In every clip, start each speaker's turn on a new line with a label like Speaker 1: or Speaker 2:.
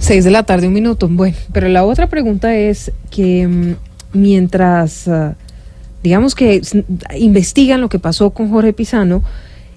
Speaker 1: 6 de la tarde, un minuto. Bueno, pero la otra pregunta es que mm, mientras, ah, digamos que s- investigan lo que pasó con Jorge Pisano,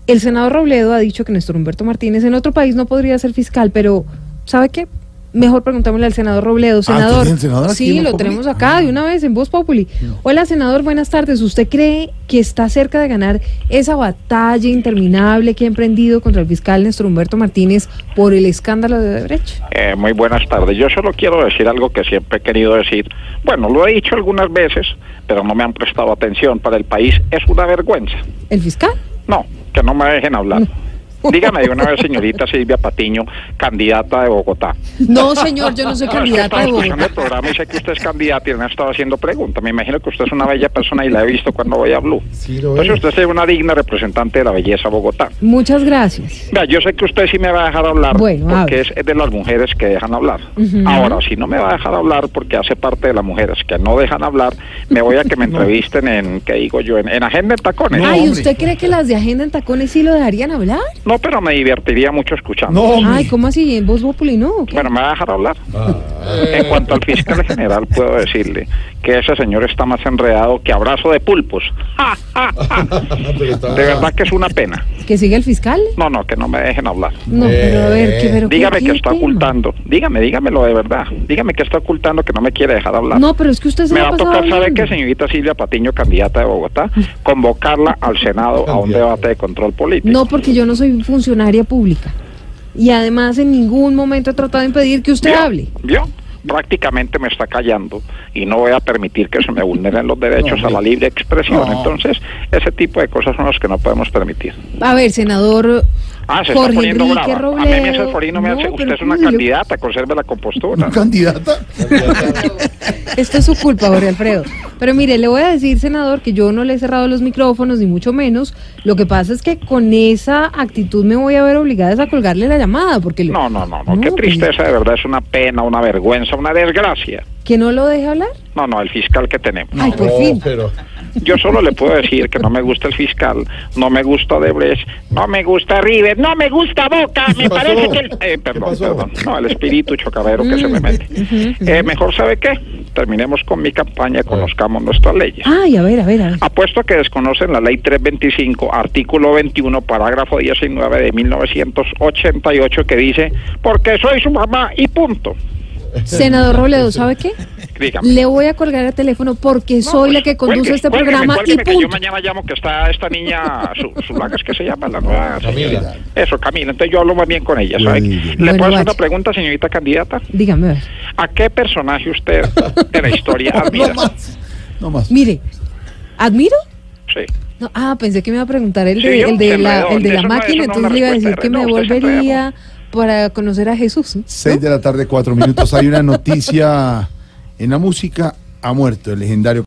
Speaker 1: el senador Robledo ha dicho que Néstor Humberto Martínez en otro país no podría ser fiscal, pero ¿sabe qué? Mejor preguntámosle al senador
Speaker 2: Ah,
Speaker 1: Robledo. Senador,
Speaker 2: ¿tienen senador aquí
Speaker 1: sí,
Speaker 2: en Voz
Speaker 1: lo
Speaker 2: Populi? Ah.
Speaker 1: tenemos acá de una vez en Voz Populi. Hola, senador, buenas tardes. ¿Usted cree que está cerca de ganar esa batalla interminable que ha emprendido contra el fiscal Néstor Humberto Martínez por el escándalo de Odebrecht?
Speaker 3: Eh, muy buenas tardes. Yo solo quiero decir algo que siempre he querido decir. Bueno, lo he dicho algunas veces, pero no me han prestado atención. Para el país es una vergüenza.
Speaker 1: ¿El fiscal?
Speaker 3: No, que no me dejen hablar.
Speaker 1: No.
Speaker 3: Dígame de una vez, señorita Silvia Patiño, candidata de Bogotá.
Speaker 1: No, señor, yo no soy
Speaker 3: No, es que
Speaker 1: candidata
Speaker 3: estaba
Speaker 1: de
Speaker 3: escuchando el
Speaker 1: Bogotá.
Speaker 3: programa y sé que usted es candidata y no estaba haciendo preguntas. Me imagino que usted es una bella persona y la he visto cuando voy a Blue.
Speaker 2: Sí, lo
Speaker 3: Entonces
Speaker 2: es.
Speaker 3: usted es una digna representante de la belleza Bogotá.
Speaker 1: Muchas gracias.
Speaker 3: Mira, yo sé que usted sí me va a dejar hablar
Speaker 1: Bueno,
Speaker 3: porque
Speaker 1: hable.
Speaker 3: es, es de las mujeres que dejan hablar.
Speaker 1: Ujú.
Speaker 3: Ahora, si no me va a dejar hablar porque hace parte de las mujeres que no dejan hablar, me voy a que me entrevisten en, ¿qué digo yo? En, en Agenda en Tacones.
Speaker 2: No,
Speaker 1: Ay,
Speaker 2: hombre.
Speaker 1: ¿usted cree que las de Agenda en Tacones sí lo dejarían hablar?
Speaker 3: No, pero me divertiría mucho escuchando.
Speaker 2: No, hombre.
Speaker 1: Ay, ¿cómo así? ¿En Voz Populi no? o qué?
Speaker 3: Bueno, me va a dejar hablar.
Speaker 2: Ah.
Speaker 3: En cuanto al fiscal general, puedo decirle que ese señor está más enredado que abrazo de pulpos. Ja, ja, ja.
Speaker 2: Pero está-
Speaker 3: De verdad que es una pena.
Speaker 1: ¿Que siga el fiscal?
Speaker 3: No, no, que no me dejen hablar.
Speaker 1: No, pero a ver, ¿qué, pero qué-
Speaker 3: Eh, Dígame
Speaker 1: qué
Speaker 3: que está
Speaker 1: tema?
Speaker 3: ocultando. Dígame, dígamelo de verdad. Dígame que está ocultando que no me quiere dejar hablar.
Speaker 1: No, pues, pero es que usted se
Speaker 3: Me
Speaker 1: la
Speaker 3: va a
Speaker 1: ha pasado
Speaker 3: tocar, ¿sabe
Speaker 1: hablando.
Speaker 3: qué, señorita Silvia Patiño, candidata de Bogotá? Convocarla al Senado a un debate de control político.
Speaker 1: No, porque yo no soy funcionaria pública. Y además en ningún momento he tratado de impedir que usted
Speaker 3: ¿Vio?
Speaker 1: hable.
Speaker 3: ¿Vio? Prácticamente me está callando y no voy a permitir que se me vulneren los derechos a la libre expresión.
Speaker 2: No.
Speaker 3: Entonces, ese tipo de cosas son las que no podemos permitir.
Speaker 1: A ver, senador
Speaker 3: Ah, se
Speaker 1: Jorge
Speaker 3: está poniendo
Speaker 1: Enrique
Speaker 3: brava.
Speaker 1: Robledo.
Speaker 3: A mí me Forino me
Speaker 1: No,
Speaker 3: hace, usted
Speaker 1: pero
Speaker 3: es
Speaker 1: ¿cómo
Speaker 3: una
Speaker 1: se dio-
Speaker 3: candidata, conserve la compostura.
Speaker 2: ¿Un candidata?
Speaker 1: Esto es su culpa, Jorge Alfredo. Pero mire, le voy a decir, senador, que yo no le he cerrado los micrófonos, ni mucho menos. Lo que pasa es que con esa actitud me voy a ver obligada a colgarle la llamada, porque... lo-
Speaker 3: No, no, no, no, qué
Speaker 1: pues,
Speaker 3: tristeza, de verdad, es una pena, una vergüenza, una desgracia.
Speaker 1: ¿Que no lo deje hablar?
Speaker 3: No, no, el fiscal que tenemos.
Speaker 1: Ay, pues por
Speaker 2: No,
Speaker 1: fin.
Speaker 2: pero-
Speaker 3: Yo solo le puedo decir que no me gusta el fiscal, no me gusta Debrecht, no me gusta River, no me gusta Boca, me
Speaker 2: pasó?
Speaker 3: parece que el... Eh,
Speaker 2: ¿Qué
Speaker 3: perdón,
Speaker 2: pasó?
Speaker 3: perdón, no, el espíritu chocadero que
Speaker 1: Mm,
Speaker 3: se me mete. Eh, mejor sabe qué, terminemos con mi campaña, conozcamos nuestras leyes.
Speaker 1: Ay, a ver, a ver, a
Speaker 2: Ah,
Speaker 1: ver.
Speaker 3: Apuesto a que desconocen la ley 325, artículo 21, parágrafo 19 de 1988, que dice, porque soy su mamá y punto.
Speaker 1: Senador Robledo, ¿sabe qué?
Speaker 3: Dígame.
Speaker 1: Le voy a colgar el teléfono porque
Speaker 3: No,
Speaker 1: soy
Speaker 3: pues,
Speaker 1: la que conduce
Speaker 3: cuélgueme,
Speaker 1: este
Speaker 3: cuélgueme,
Speaker 1: programa
Speaker 3: cuélgueme,
Speaker 1: y
Speaker 3: que yo
Speaker 1: punto.
Speaker 3: mañana llamo que está esta niña, su, Zulaga, es que se llama la nueva.
Speaker 2: Camila.
Speaker 3: Eso, Camila, entonces yo hablo más bien con ella, ¿sabe?
Speaker 2: Uy.
Speaker 1: Bueno,
Speaker 3: ¿Le puedo hacer
Speaker 1: vaya.
Speaker 3: una pregunta, señorita candidata?
Speaker 1: Dígame, a ver.
Speaker 3: ¿A qué personaje usted de la historia
Speaker 2: No
Speaker 3: admira?
Speaker 2: más. No más.
Speaker 1: Mire, ¿admiro?
Speaker 3: Sí.
Speaker 1: No, ah, pensé que me iba a preguntar el
Speaker 3: Sí,
Speaker 1: de,
Speaker 3: yo,
Speaker 1: el de
Speaker 3: se
Speaker 1: la,
Speaker 3: enredó,
Speaker 1: el de la
Speaker 3: eso no-
Speaker 1: máquina,
Speaker 3: eso no me
Speaker 1: entonces le iba a decir
Speaker 3: recuerda,
Speaker 1: que me
Speaker 3: no, usted se enredó.
Speaker 1: volvería para conocer a Jesús. ¿no?
Speaker 2: Seis de la tarde, cuatro minutos. Hay una noticia en la música. Ha muerto el legendario